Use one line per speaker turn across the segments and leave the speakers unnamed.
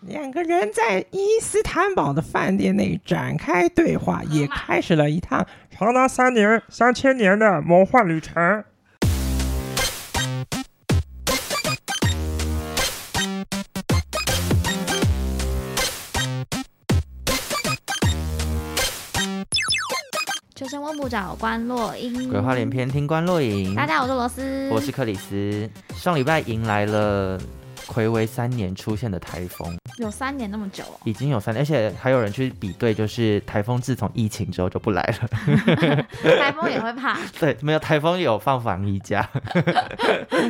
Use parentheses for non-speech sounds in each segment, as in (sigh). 两个人在伊斯坦堡的饭店内展开对话，也开始了一趟
长达三年、三千年的魔幻旅程。
求生问不找关洛英，
鬼话连篇，听官落影。
大家好，我是罗斯，
我是克里斯。上礼拜迎来了暌违三年出现的台风，
有三年那么久、哦，
已经有三年，而且还有人去比对，就是台风自从疫情之后就不来了。 (laughs)
台风也会怕，
对，没有台风有放防疫
(laughs)
假，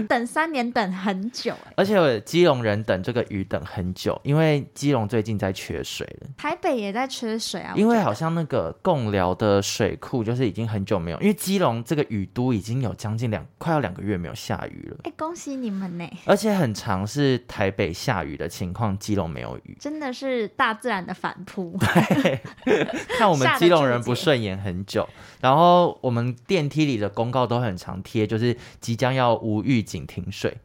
等三年等很久哎、
而且有基隆人等这个雨等很久，因为基隆最近在缺水了，
台北也在缺水啊，
因为
我觉
好
得
像那个贡寮的水库就是已经很久没有，因为基隆这个雨都已经有将近两快要两个月没有下雨了。
哎、恭喜你们呢、。
而且很常是台北下雨的情况，基隆没有雨
真的是大自然的反扑，
看我们
吓得
基隆人
纠结
不顺眼很久，然后我们电梯里的公告都很常贴，就是即将要无预警停水。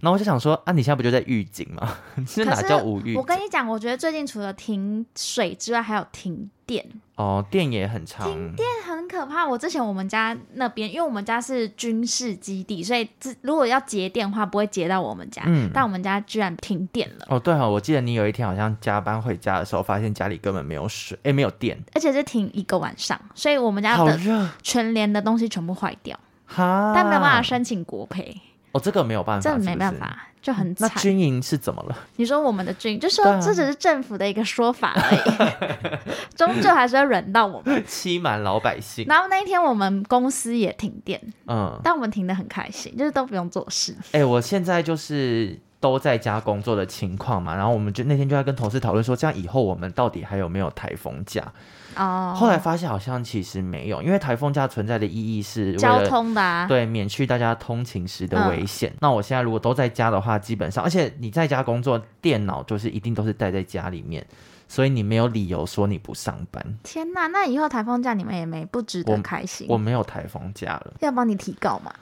然后我就想说，啊，你现在不就在预警吗？ (laughs) 这
可
哪
是
叫无预
我
警？
跟你讲，我觉得最近除了停水之外，还有停电，
哦，电也很长，
电很可怕。我之前我们家那边，因为我们家是军事基地，所以自如果要节电的话，不会节到我们家。
嗯
但我们家居然停电了，
哦，对哦，我记得你有一天好像加班回家的时候，发现家里根本没有水，哎，没有电，
而且是停一个晚上，所以我们家
好
的
热
全连的东西全部坏掉，
哈。
但没有办法申请国赔，
哦，这个没有啊办法，
这没
是不
办
是。
法，就很
那
惨。
军营是怎么了？ (laughs)
你说我们的军，就
对
说
啊
这只是政府的一个说法而已，
(laughs)
终究还是要轮到我们。
欺瞒老百姓。
然后那一天我们公司也停电，
嗯，
但我们停的很开心，就是都不用做事。
哎、我现在就是都在家工作的情况嘛，然后我们就那天就在跟同事讨论说，这样以后我们到底还有没有台风假？
哦，
后来发现好像其实没有，因为台风假存在的意义是为了
交。通的啊，嗯
对，免去大家通勤时的危险。那我现在如果都在家的话，基本上，而且你在家工作，电脑就是一定都是待在家里面，所以你没有理由说你不上班。
天呐，那以后台风假你们也没不值得开心。
我没有台风假了，
要帮你提告嘛？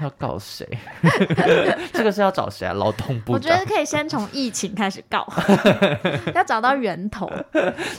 要告谁？ (laughs) 这个是要找谁啊？劳动部
我觉
长
得。可以先从疫情开始
(laughs)
告，要找到源头。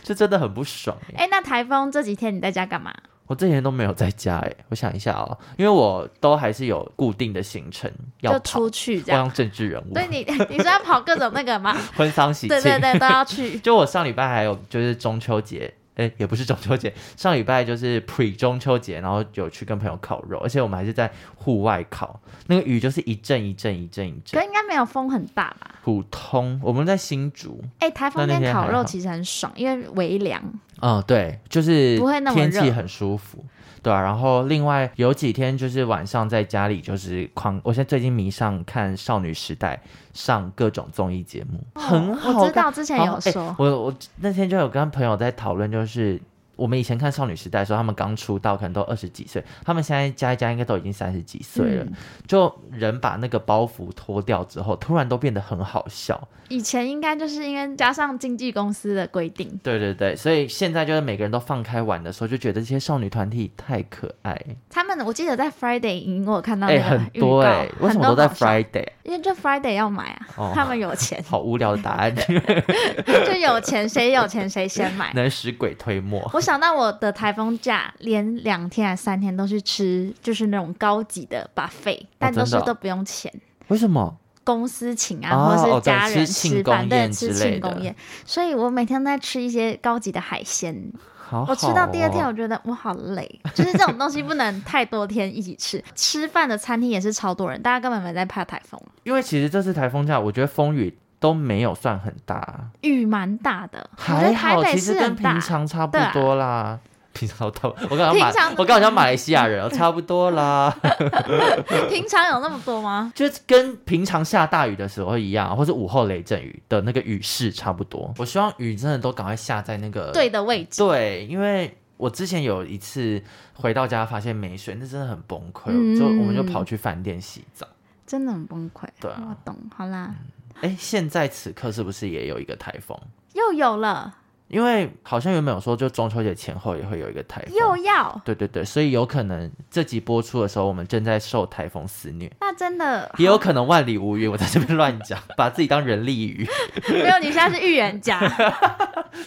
这真的很不爽耶、
哎、那台风这几天你在家干嘛？
我这几天都没有在家哎、我想一下哦，因为我都还是有固定的行程要
就
跑，
出去这
要
样。
当政治人物，
对你， (laughs) 你说要跑各种那个
(laughs)
吗？
婚丧喜庆。
对对对，都要去。
(laughs) 就我上礼拜还有就是中秋节，哎、也不是中秋节，上礼拜就是 pre 中秋节，然后有去跟朋友烤肉，而且我们还是在户外烤，那个雨就是一阵一阵一阵一
可
阵。
应该没有风很大吧？
普通，我们在新竹，
哎、台风
那那
天
天还
烤肉
好
其实很爽，因为微凉。
嗯，对，就是
不会那么
天
热
气很舒服，对啊。然后另外有几天就是晚上在家里就是狂，我现在最近迷上看少女时代上各种综艺节目，很好看。
哦我知道之前
好
有
哎
说，
我我那天就有跟朋友在讨论，就是我们以前看少女时代的时候，他们刚出道可能都二十几岁，他们现在加一加应该都已经三十几岁了。
嗯
就人把那个包袱脱掉之后，突然都变得很好笑。
以前应该就是因为加上经纪公司的规定，
对对对，所以现在就是每个人都放开玩的时候，就觉得这些少女团体太可爱，
他们我记得在 Friday 营我有看到那
哎、
个
很
预
多
告 (laughs)
哎、为什么都
很多
在？
好笑
Friday？
因为就 Friday 要买啊，
哦，
他们有钱
(laughs) 好无聊的答
(laughs)
案，
哎就有钱谁有钱谁先
(laughs)
买。
能使鬼推磨。
我想到我的台风假，连两天还三天都去吃，就是那种高级的 buffet，但都
真
是
的哦
都不用钱。
为什么？
公司请啊，
哦
或者
哦对
是家人
吃庆
饭，
功
对，
宴
吃
之类
庆功
的
宴。所以我每天都在吃一些高级的海鲜。
好好、哦，
我吃到第二天，我觉得我好累，就是这种东西不能太多天一起吃。 (laughs) 吃饭的餐厅也是超多人，大家根本没在怕台风，
因为其实这次台风假，我觉得风雨都没有算很大，
雨蛮大的。我觉
还
得台
好，
北
其实
是
跟
很大
平，常差不
对啊
多啦。平常到我刚好
平
马
常，
我刚好像马来西
(laughs)
亚人，哦差不多啦，
(laughs) 平常有那么多吗？
就是跟平常下大雨的时候一样，或是午后雷阵雨的那个雨势差不多。我希望雨真的都赶快下在那个
对的位置，
对，因为我之前有一次回到家发现没水，那真的很崩溃，
嗯
就我们就跑去饭店洗澡。
真的很崩溃。
对啊
我懂。好啦，
哎，现在此刻是不是也有一个台风？
又有了。
因为好像原本有说，就中秋节前后也会有一个台
又
风。
要，
对对对，所以有可能这集播出的时候，我们正在受台风肆虐，
那真的
也有
好
可能万里无云。我在这边乱讲，把自己当人力鱼。 (laughs)
没有，你现在是预言家，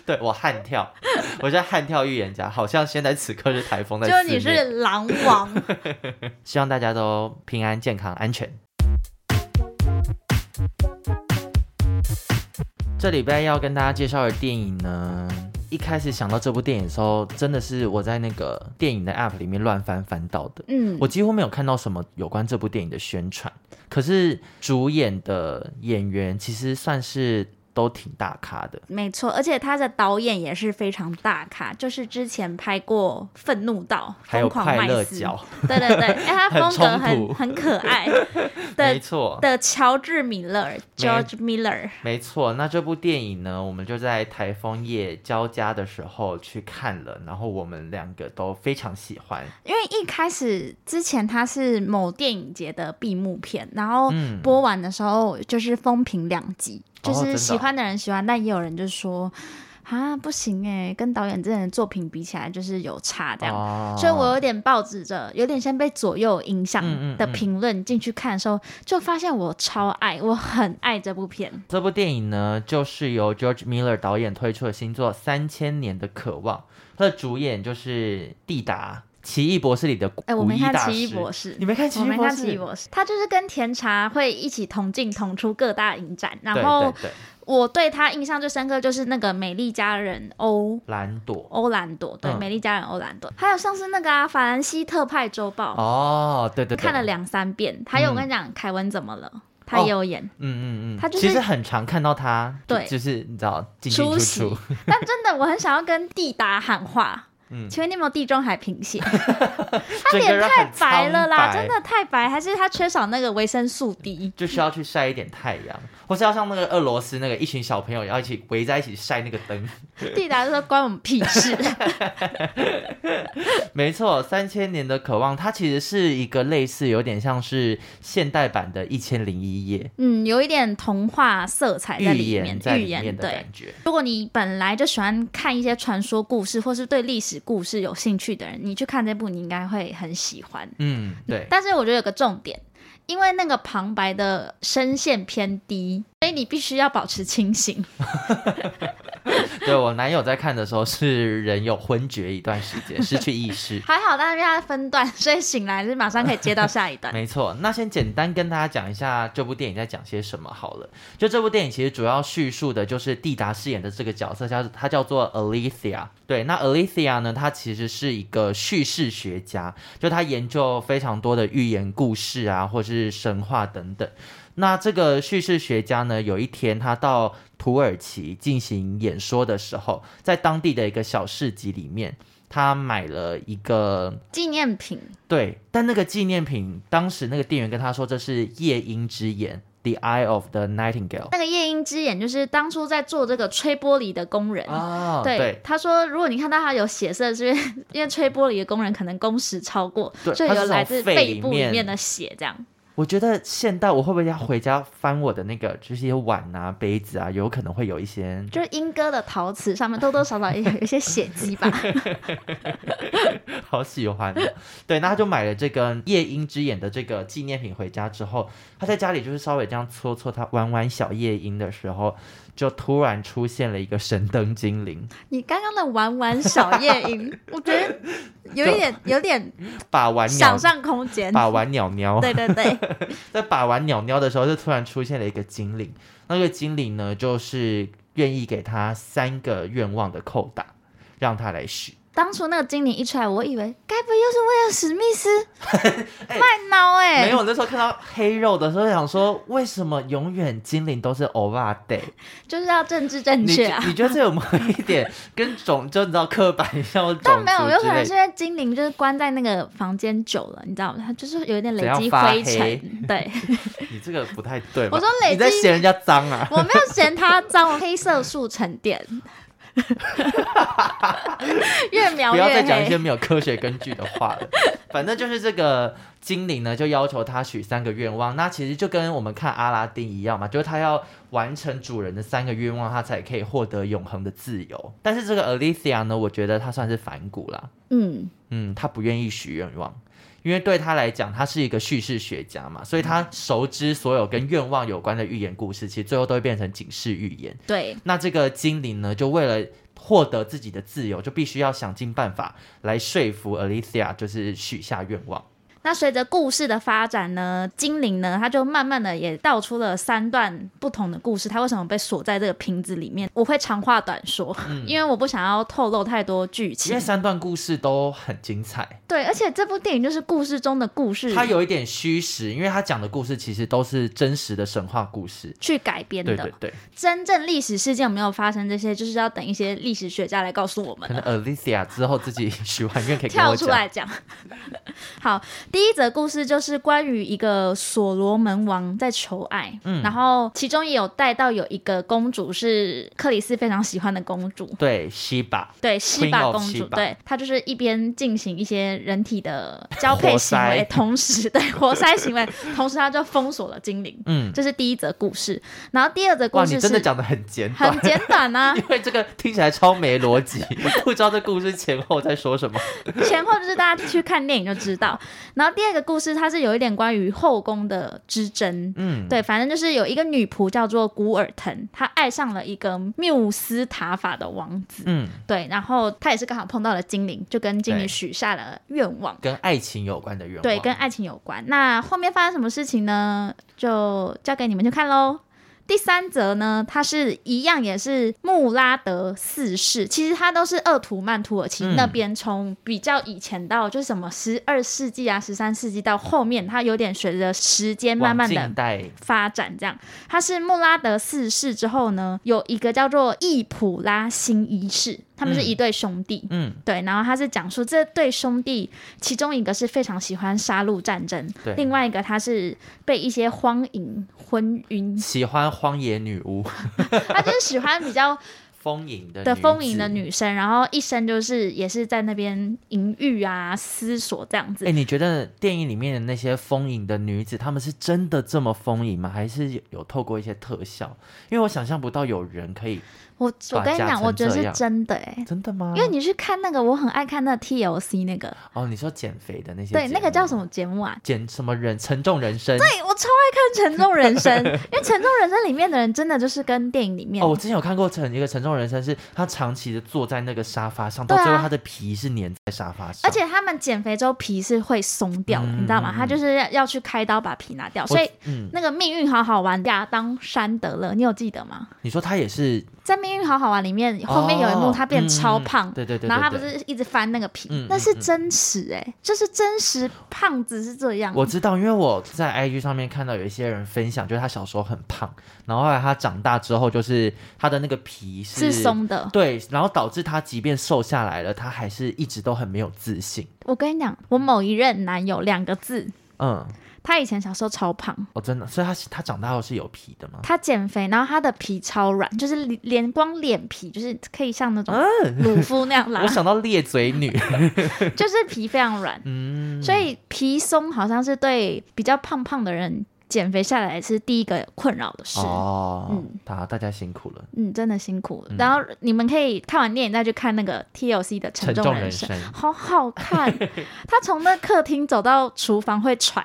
对我悍跳，我在悍跳预言家，好像现在此刻是台风在
就
肆虐。
你是狼王。
希望大家都平安、健康、安全。这礼拜要跟大家介绍的电影呢，一开始想到这部电影的时候，真的是我在那个电影的 App 里面乱翻翻到的。
嗯，
我几乎没有看到什么有关这部电影的宣传，可是主演的演员其实算是都挺大咖的。
没错，而且他的导演也是非常大咖，就是之前拍过《愤怒岛》《
(laughs) 还有
疯狂
快
麦
乐
斯》，
角， (laughs)
对对对，哎，他
很
风格
冲
很
突
很可
(laughs)
爱
没
的
错，
的乔治米勒 （George Miller）。
没错，那这部电影呢，我们就在台风夜交加的时候去看了，然后我们两个都非常喜欢。
因为一开始之前他是某电影节的闭幕片，然后
嗯
播完的时候就是风评两极，
哦
就是
真的
喜
哦
欢的人喜欢，但也有人就说啊不行哎、跟导演之前的作品比起来就是有差这样。
哦
所以我有点抱着着，有点先被左右影响
嗯嗯
的
嗯
评论进去看的时候，就发现我超爱，我很爱这部片。
这部电影呢，就是由 George Miller 导演推出的新作《三千年的渴望》，它的主演就是蒂达《奇异博士》里的古
哎、我
古
没
一
看《
大
奇异
师
博士
你》，没看《奇
我
异
没
博
看
士
《奇异》？博士》，他就是跟甜茶会一起同进同出各大影展，然
对
后
对对，
我对他印象最深刻就是那个美丽佳人欧
蓝朵。
欧兰朵，对，
嗯
美丽佳人欧兰朵，还有上次那个啊法兰西特派周报，
哦，对对对，
看了两三遍。还有
嗯哦
我跟你讲，凯文怎么了？他也有演，
嗯嗯嗯，
他就是
其实很常看到他，就
对
就是你知道进进
出
出
席
出， (laughs)
但真的我很想要跟蒂达喊话。
嗯
请问你有没有地中海贫
(laughs)
血？他
整个
脸
人
太
很
白了啦，
苍白
真的太白，还是他缺少那个维生素 D？
就需要去晒一点太阳，或是要像那个俄罗斯那个一群小朋友要一起围在一起晒那个
(laughs)
灯。
蒂达就说关我们屁
(laughs)
事。
没错，《三千年的渴望》它其实是一个类似有点像是现代版的《一千零一夜
嗯，有一点童话色》，彩在
预
里面
言，在
预
里面
言
的
对
感。觉。
如果你本来就喜欢看一些传说故事，或是对历史故事有兴趣的人，你去看这部，你应该会很喜欢。
嗯，对，
但是我觉得有个重点，因为那个旁白的声线偏低，所以你必须要保持清醒。
对我男友在看的时候是人有昏厥一段时间，失去意识。
还好，但是因为它分段， (laughs) 所以醒来是马上可以接到下一段。
没错，那先简单跟大家讲一下这部电影在讲些什么好了。就这部电影其实主要叙述的就是蒂达饰演的这个角色，叫她叫做 Alethea。对，那 Alethea 呢，她其实是一个叙事学家，就她研究非常多的寓言故事啊，或是神话等等。那这个叙事学家呢，有一天他到土耳其进行演说的时候，在当地的一个小市集里面，他买了一个
纪念品，
对，但那个纪念品，当时那个店员跟他说这是夜莺之眼 （The Eye of the Nightingale）。
那个夜莺之眼就是当初在做这个吹玻璃的工人。
哦，
啊对，
对，
他说，如果你看到他有血色，是因为 (laughs) 因为吹玻璃的工人可能工时超过，
对
所以
他是
有来
从
自
肺
肺
里
部里
面
面的血这样。
我觉得现代我会不会要回家翻我的那个，就是一些碗啊、杯子啊，有可能会有一些。
就是英歌的陶瓷上面多多少少也有一些血迹
(laughs)
吧。
好喜欢
(laughs)
的，对，那他就买了这个夜莺之眼的这个纪念品回家之后，他在家里就是稍微这样搓搓它玩玩小夜莺的时候，就突然出现了一个神灯精灵，
你刚刚的玩玩小夜莺，我觉得有一点有点
把玩鸟
想，象空间。
把玩鸟鸟，
对对对，
在把玩鸟鸟的时候，就突然出现了一个精灵。那个精灵呢，就是愿意给他三个愿望的扣打，让他来许。
当初那个精灵一出来，我以为该不会又是威尔史密斯
(laughs)
卖脑哎、
没有，那时候看到黑肉的时候，想说为什么永远精灵都是欧巴 day？
就是要政治正
你
确啊
觉。你觉得这有没有一点跟种就你知道刻板印象或种
但没有，有
族
可
之类
能
的
是？因为精灵就是关在那个房间久了，你知道吗？它就是有一点累
怎样
积
发
灰
黑
尘。对， (laughs)
你这个不太对吧？
我说累积
你在嫌人家脏啊？ (laughs)
我没有嫌它脏，我黑色素沉淀。越描
不
越
要再讲一些
黑。
没有科学根据的话了。 (laughs) 反正就是这个精灵呢，就要求他许三个愿望。那其实就跟我们看阿拉丁一样嘛，就是他要完成主人的三个愿望，他才可以获得永恒的自由。但是这个 Alicia 呢，我觉得她算是反骨啦，
嗯，
嗯，她不愿意许愿望。因为对她来讲，她是一个叙事学家嘛，所以她熟知所有跟愿望有关的寓言故事，其实最后都会变成警示寓言。
对，
那这个精灵呢，就为了获得自己的自由，就必须要想尽办法来说服 Alicia，就是许下愿望。
那随着故事的发展呢，精灵呢，他就慢慢的也道出了三段不同的故事，他为什么被锁在这个瓶子里面？我会长话短说，
嗯
因为我不想要透露太多剧
因
情
为。三段故事都很精彩，
对，而且这部电影就是故事中的故事，
它有一点虚实，因为它讲的故事其实都是真实的神话故事。
去改编的。
对对对，
真正历史事件有没有发生这些，就是要等一些历史学家来告诉我们
可。能 Alicia 之后自己许完愿可以跟
跳
我
出
讲。
来讲。 (laughs) 好，第一则故事就是关于一个所罗门王在求爱，
嗯
然后其中也有带到有一个公主是克里斯非常喜欢的公主，
对，西吧，
对，西巴
of
公
西
主，
巴
对她就是一边进行一些人体的交配行
活塞
为，同时 (laughs) 对活塞行为，同时她就封锁了精灵。
嗯，
这是第一则故事，然后第二则
哇，
故
你
事
真的
是
讲的很简短，
很简短啊，
(laughs) 因为这个听起来超没逻辑，不知道这故事前后在说什么。
前后就是大家去看电影就知道。然后第二个故事，它是有一点关于后宫的之争。
嗯，
对，反正就是有一个女仆叫做古尔腾，她爱上了一个缪斯塔法的王子，
嗯，
对，然后她也是刚好碰到了精灵，就跟精灵
对
许下了愿望，
跟爱情有关的愿望。
对，跟爱情有关。那后面发生什么事情呢？就交给你们去看喽。第三则呢，它是一样也是穆拉德四世，其实它都是鄂图曼土耳其
嗯
那边从比较以前到就是什么十二世纪啊、十三世纪到后面，它有点随着时间慢慢
往
的
近代
发展，这样。他是穆拉德四世之后呢，有一个叫做易普拉辛一世，他们是一对兄弟。
嗯，
对，然后他是讲述这对兄弟，其中一个是非常喜欢杀戮战争，
对，
另外一个他是被一些荒淫昏晕
喜欢荒野女巫、 (laughs)
他就是喜欢比较
丰盈 (laughs) 的
的
女
丰盈
子
的。女生，然后一生就是也是在那边淫欲啊、思索这样
哎、
子。
你觉得电影里面的那些丰盈的女子，她们是真的这么丰盈吗？还是有有透过一些特效？因为我想象不到有人可以
我我跟你
打架
讲，我
成
觉得
这
是
样嗯
真的哎、
真的吗？
因为你去看那个，我很爱看那个 TLC 那个，
哦，你说减肥的那些节目，
对，那个叫什
么？
么节目啊？
减什么人？沉重人生。
对，我超爱看《沉重人生》，因为《沉重人生》里面的人真的就是跟电影里面
哦，我之前有看过沉一个沉重人生，是她长期的坐在那个沙发上，
对
到最后
啊
她的皮是粘在沙发
而
上。
且他们减肥之后皮是会松掉的，
嗯
你知道吗？他就是要要去开刀把皮拿掉，
我，
所以
嗯，
那个《命运好好玩》亚当·山德勒，你有记得吗？
你说她也是
在《命运好好玩》里面，后面有一幕
哦
他变超
嗯嗯
胖，
对对对对
然后他不
对
是一直翻那个皮，
嗯嗯
那是
嗯
真实哎、就是真实胖子是这样。
我知道，因为我在 IG 上面看到有一些人分享，就是他小时候很胖，然后后来他长大之后，就是他的那个皮
是
是
松的，
对，然后导致他即便瘦下来了，他还是一直都很没有自信。
我跟你讲，我某一任男友两个字，
嗯，
他以前小时候超胖，
哦，真的，所以他他长大后是有皮的吗？
他减肥，然后他的皮超软，就是连连光脸皮，就是可以像那种鲁夫那样拉
啊 (laughs) 我，想到裂嘴
(laughs)
女，
就是皮非常软。
嗯，
所以皮松好像是对比较胖胖的人减肥下来是第一个困扰的事。
哦
嗯，
大、大家辛苦了，
嗯，真的辛苦。然后你们可以看完电影再去看那个 TLC 的《沉
沉
重
重
人
人
生
生》，。
好好
(laughs)
看。他从那客厅走到厨房会喘。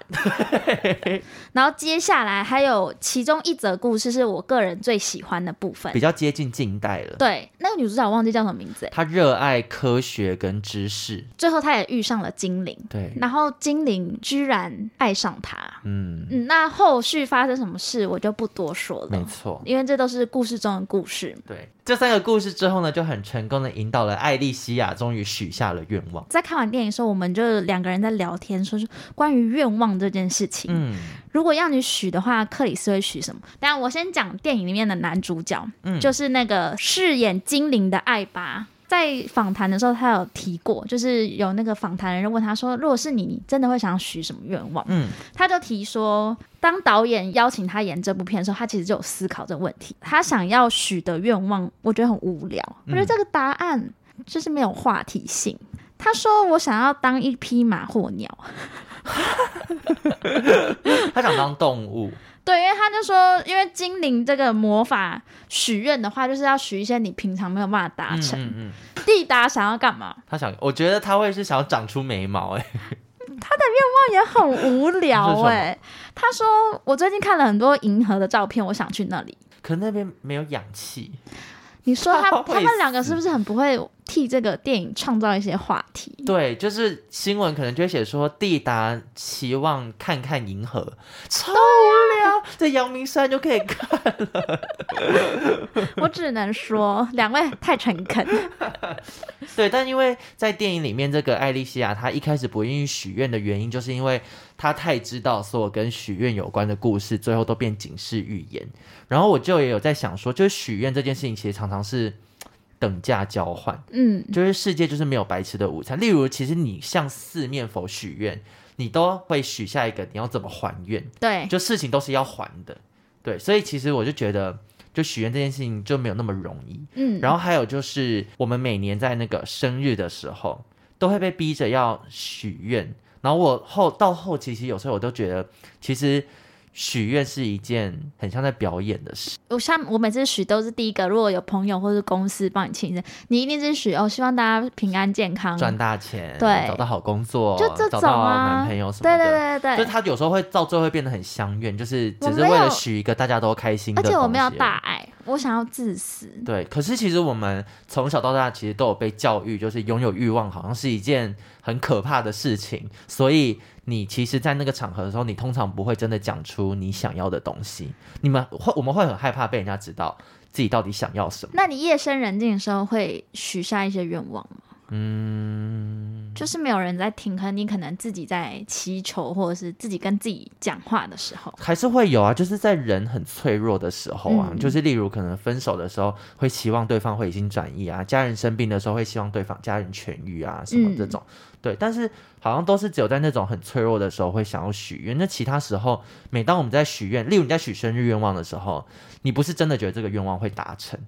然后接下来还有其中一则故事是我个人最喜欢的部分
比。较接近近代了。
对，那个女主角我忘记叫什么名字欸，
他热爱科学跟知识，
最后她也遇上了精灵，
对，
然后精灵居然爱上她。
嗯，
嗯，那后续发生什么事我就不多说
没
了，
错。
因为这都是故事中的故事。
对，这三个故事之后呢，就很成功的引导了艾莉西亚，终于许下了愿望。
在看完电影的时候，我们就两个人在聊天，说是关于愿望这件事情。
嗯，
如果要你许的话，克里斯会许什么？但我先讲电影里面的男主角，
嗯
就是那个饰演精灵的艾巴。在访谈的时候，他有提过，就是有那个访谈人问他说，如果是你，你真的会想许什么愿望？
嗯，
他就提说，当导演邀请他演这部片的时候，他其实就有思考这个问题。他想要许的愿望，我觉得很无聊，我
嗯
觉得这个答案就是没有话题性。他说：“我想要当一匹马或鸟。”
他想当动物，
对，因为他就说，因为精灵这个魔法许愿的话，就是要许一些你平常没有办法达
嗯
成。
嗯嗯，
地达想要干嘛？哦
他想，我觉得他会是想要长出眉毛、哎，
那也很无
(laughs) 是什
聊
么
哎、他说：“我最近看了很多银河的照片，我想去那里。
可那边没有氧气，”
你说
(laughs)
他
会
他们两个是不是很不会替这个电影创造一些话题？
对，就是新闻可能就会写说抵达期望看看银河，超无聊，在阳明山就可以看，
我只能说，两位太诚恳。
对，但因为在电影里面，这个艾莉西亚她一开始不愿意许愿的原因，就是因为她太知道所有跟许愿有关的故事，最后都变警示预言。然后我就也有在想说，就是许愿这件事情，其实常常是等价交换。
嗯，
就是世界就是没有白吃的午餐。例如，其实你向四面佛许愿，你都会许下一个你要怎么还愿，
对，
就事情都是要还的。对，所以其实我就觉得，就许愿这件事情就没有那么容易。
嗯，
然后还有就是，我们每年在那个生日的时候，都会被逼着要许愿。然后我后到后期，其实有时候我都觉得，其实许愿是一件很像在表演的事。
我像我每次许都是第一个，如果有朋友或是公司帮你庆生，你一定是许哦，希望大家平安健康。
赚大钱，
嗯对
找到好工作，
就这
找
种
到
啊
男朋友什么
对
的，
对对对
就
对
是，他有时候会到最后会变得很相怨，就是只
我
是
没有
为了许一个大家都开心的
而
东西
且
而已。
我没有大爱，我想要自私。
对，可是其实我们从小到大其实都有被教育，就是拥有欲望好像是一件很可怕的事情，所以你其实，在那个场合的时候，你通常不会真的讲出你想要的东西。你们会，我们会很害怕被人家知道自己到底想要什么。
那你夜深人静的时候会许下一些愿望吗？嗯，就是没有人在听，可能你可能自己在祈求，或者是自己跟自己讲话的时候，
还是会有啊，就是在人很脆弱的时候啊，
嗯
就是例如可能分手的时候，会期望对方会已经转移啊；家人生病的时候，会希望对方家人痊愈啊，什么这种。
嗯
对，但是好像都是只有在那种很脆弱的时候会想要许愿，那其他时候，每当我们在许愿，例如你在许生日愿望的时候，你不是真的觉得这个愿望会达成，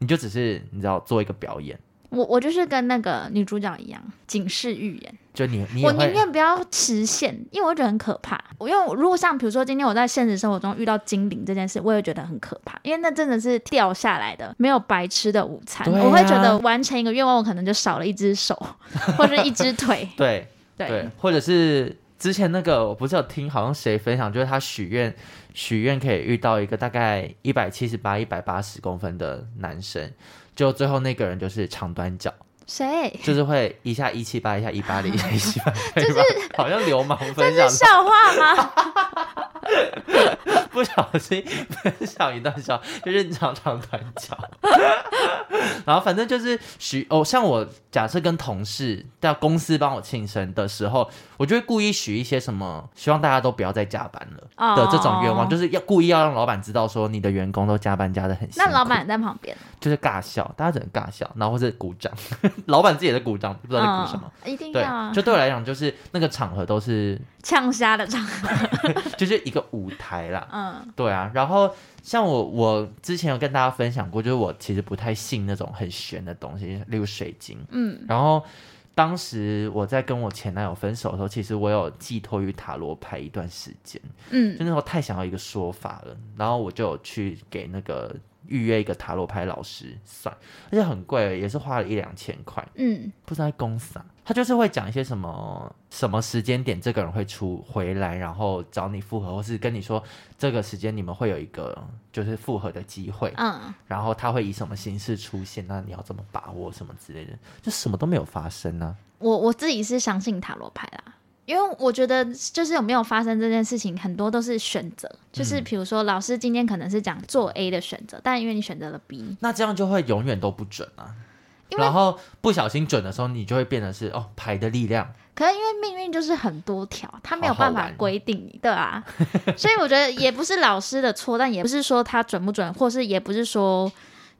你就只是你知道做一个表演，
我我就是跟那个女主角一样，警示预言。
就你你也
我宁
会。
愿不要实现，因为我觉得很可怕。我因为我如果像比如说今天我在现实生活中遇到精灵这件事，我也觉得很可怕，因为那真的是掉下来的，没有白吃的午餐。
对啊
我会觉得完成一个愿望，我可能就少了一只手或者一只腿。
对，
对，
对，或者是之前那个我不是有听好像谁分享，就是他许愿许愿可以遇到一个大概一百七十八、一百八十公分的男生，就最后那个人就是长短脚，
谁？
就是会一下一七八，一下一八零，一下一七八，就是 (laughs) 好像流氓
这
分享
是笑话吗？
不小心 (laughs) 分享一段笑，就是长长短脚。 (laughs) 然后反正就是许哦，像我假设跟同事到公司帮我庆生的时候，我就会故意许一些什么，希望大家都不要再加班了的这种愿望
哦
就是要故意要让老板知道说你的员工都加班加的很辛苦。
那老板也在旁边，
就是尬笑，大家只能尬笑，然后或者鼓掌， (laughs) 老板自己也在鼓掌，不知道在鼓什么。
嗯，一定要
对
啊，
就对我来讲，就是那个场合都是
呛虾的唱。
就是一个舞台啦，
嗯，
对啊，然后像我，我之前有跟大家分享过，就是我其实不太信那种很玄的东西，例如水晶。
嗯，
然后当时我在跟我前男友分手的时候，其实我有寄托于塔罗牌一段时间，就
嗯，
那时候太想要一个说法了，然后我就有去给那个预约一个塔罗牌老师算，而且很贵，也是花了一两千块。
嗯，
不知道在公司啊，他就是会讲一些什么什么时间点这个人会出回来，然后找你复合，或是跟你说这个时间你们会有一个就是复合的机会，
嗯，
然后他会以什么形式出现，那你要怎么把握什么之类的，就什么都没有发生啊呢、
我我自己是相信塔罗牌啦，因为我觉得就是有没有发生这件事情，很多都是选择，就是
嗯
比如说老师今天可能是讲做 A 的选择，但因为你选择了 B，
那这样就会永远都不准啊。
因为
然后不小心准的时候，你就会变得是哦牌的力量，
可能因为命运就是很多条，他没有
好好
办法
玩哦
规定你，对啊， (laughs) 所以我觉得也不是老师的错，但也不是说他准不准，或是也不是说。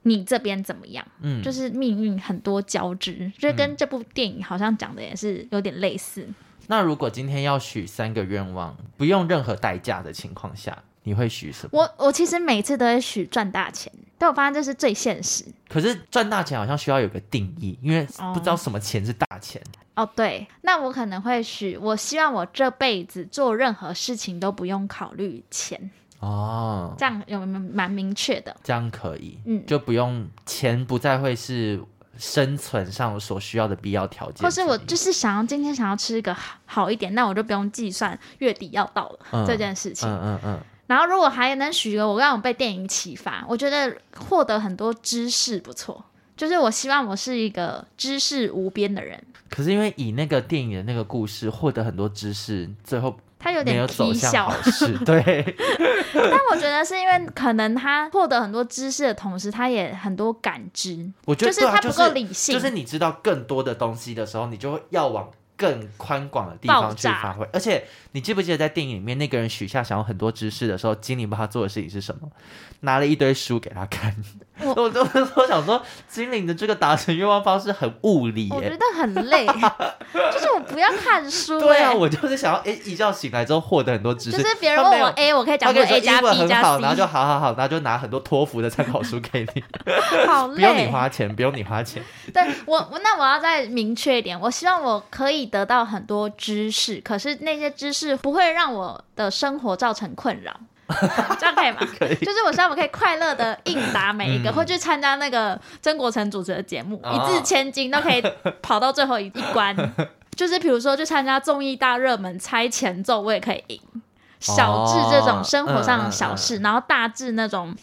你这边怎么样，
嗯，
就是命运很多交织，就是跟这部电影好像讲的也是有点类似。
那如果今天要许三个愿望，不用任何代价的情况下，你会许什么？
我我其实每次都会许赚大钱，但我发现这是最现实。
可是赚大钱好像需要有个定义，因为不知道什么钱是大钱。
哦，对，那我可能会许，我希望我这辈子做任何事情都不用考虑钱，
哦，
这样有没有蛮明确的？
这样可以，
嗯
就不用钱不再会是生存上所需要的必要条件
或
之
是
一。
我就是想要今天想要吃一个好好一点，那我就不用计算月底要到了、
嗯
这件事情。
嗯嗯嗯，
然后如果还能许一个，我让我被电影启发，我觉得获得很多知识不错。就是我希望我是一个知识无边的人，
可是因为以那个电影的那个故事获得很多知识，最后
他有
没
点
有走
皮
向
笑 (laughs)
好，事，对，
但我觉得是因为可能他获得很多知识的同时，他也很多感知，
我觉
(laughs) 就
得
是
对啊
他不够
就是
理性，
就是你知道更多的东西的时候，你就会要往更宽广的地方
爆
去
炸
发挥。而且你记不记得在电影里面那个人许下想要很多知识的时候，精灵帮他做的事情是什么？拿了一堆书给他看。
我
(laughs) 我都都想说，精灵的这个达成愿望方式很物理
我觉
耶。
得很
(laughs)
累，就是我不要看书、欸，
对啊，我就是想要哎，一觉醒来之后获得很多知识。
就是别人
他没
问我
有
A，我可以讲
他
出
跟你说
A 加
英文
B
很
加
好，然后就
C，
好好好，然后就拿很多托福的参考书给
(laughs)
你，
好
不用你
累。
花钱，不用你花钱。
对我，我那我要再明确一点，我希望我可以得到很多知识，可是那些知识不会让我的生活造成困扰， (laughs) 这样可以吗？
可以
就是我希望我可以快乐的应答每一个，
嗯
或去参加那个曾国成主持的节目，
哦
一字千金都可以跑到最后一一关。就是比如说去参加综艺大热门猜前奏，我也可以赢。小至这
哦
种生活上的
嗯
小事，然后大至那种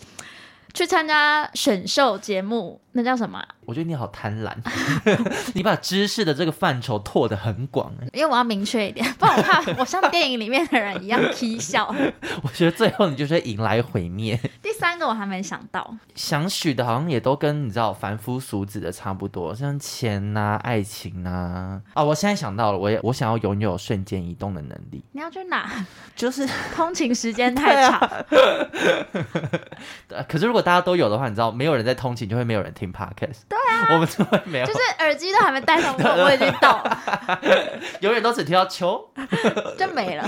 去参加选秀节目，那叫什么啊？
我觉得你好贪婪， (laughs) 你把知识的这个范畴拓得很广哎。
因为我要明确一点， (laughs) 不然我怕我像电影里面的人一样啼笑。
我觉得最后你就是会迎来毁灭。
第三个我还没想到，
想许的好像也都跟你知道凡夫俗子的差不多，像钱呐、爱情呐、啊。我现在想到了，我也我想要拥有瞬间移动的能力，
你要去哪？
就是、
(laughs) 通勤时间太
啊
长，
呃可是如果大家都有的话，你知道没有人在通勤，就会没有人听 podcast。对啊，我们就会没有，
就是耳机都还没戴上，我我已经到了，
永远都只听到秋
就没
(laughs)
了。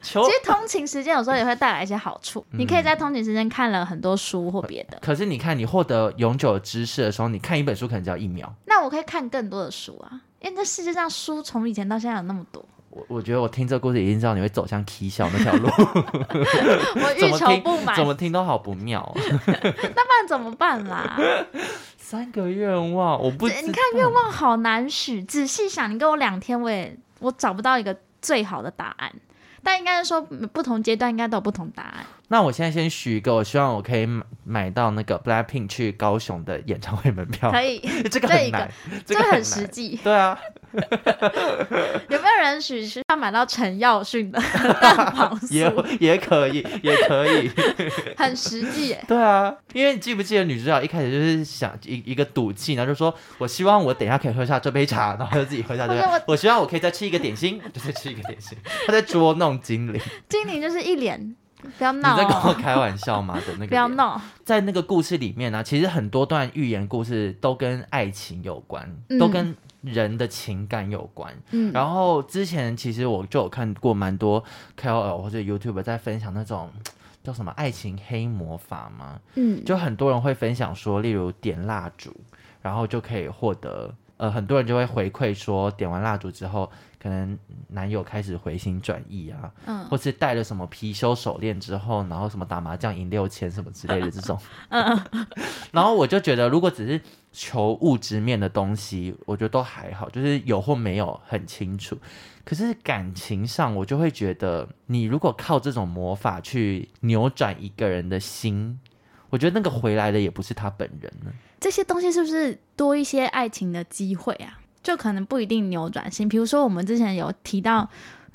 秋
其。实通勤时间有时候也会带来一些好处，你
嗯
可以在通勤时间看了很多书或别的。
可是你看，你获得永久的知识的时候，你看一本书可能只要一秒。
那我可以看更多的书啊，因为这世界上书从以前到现在有那么多， (laughs)
我我觉得我听这个故事已经知道你会走向 K 小那条路，
我
(laughs) 怎
欲
么
求
听
不满，
怎么听都好不妙、哦。
那不然怎么办啦？
(laughs) 三个愿望，我不知道
你看愿望哦好难许，仔细想，你给我两天，我也我找不到一个最好的答案。但应该是说，嗯不同阶段应该都有不同答案。
那我现在先许一个，我希望我可以买买到那个 Blackpink 去高雄的演唱会门票。
可以，
(laughs) 这个
这
很
一个
难，这
这
个
很
很
实
难。
际。
对啊，
有没有人许是要买到陈耀迅的 (laughs) 蛋黄
(laughs) 也
酥？
也可以，也可以。
很实际耶。
对啊，因为你记不记得女主角一开始就是想一一个赌气，然后就说：“我希望我等一下可以喝下这杯茶，然后就自己喝下这
或者
个。我希望我可以再吃一个点心， (laughs) 就再吃一个点心。”她在捉弄精灵，
精灵就是一脸不要
你
闹、
在跟我
哦，
开玩笑吗？的那个
不要
脸
闹。
在那个故事里面呢、啊其实很多段寓言故事都跟爱情有关，
嗯
都跟人的情感有关。
嗯，
然后之前其实我就有看过蛮多 KOL 或者 YouTube 在分享那种。叫什么爱情黑魔法吗？
嗯，
就很多人会分享说，例如点蜡烛，然后就可以获得，呃，很多人就会回馈说，点完蜡烛之后，可能男友开始回心转意啊，
嗯
或是戴了什么貔貅手链之后，然后什么打麻将赢六千什么之类
(laughs)
的这种。
嗯
(laughs) 然后我就觉得，如果只是求物质面的东西，我觉得都还好，就是有或没有很清楚。可是感情上，我就会觉得，你如果靠这种魔法去扭转一个人的心，我觉得那个回来的也不是他本人了。
这些东西是不是多一些爱情的机会啊？就可能不一定扭转性。比如说，我们之前有提到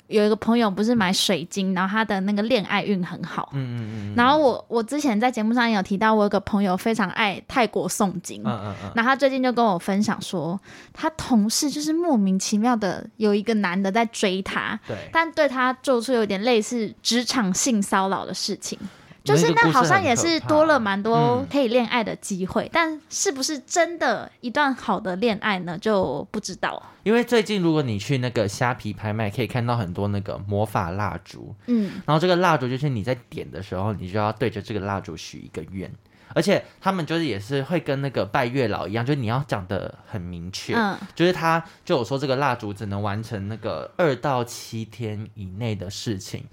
有一个朋友不是买水晶，然后他的那个恋爱运很好。
嗯嗯嗯
然后我我之前在节目上也有提到，我有个朋友非常爱泰国诵经。
嗯嗯嗯，
然后他最近就跟我分享说，他同事就是莫名其妙的有一个男的在追她，
对。
但对她做出有点类似职场性骚扰的事情。就是
个故
那
事
好像
很
也
可
是
怕
多了蛮多
嗯
可以恋爱的机会，但是不是真的一段好的恋爱呢，就不知道。
因为最近如果你去那个虾皮拍卖，可以看到很多那个魔法蜡烛，
嗯，
然后这个蜡烛就是你在点的时候，你就要对着这个蜡烛许一个愿，而且他们就是也是会跟那个拜月老一样，就是你要讲的很明确，
嗯
就是他就有说这个蜡烛只能完成那个二到七天以内的事情，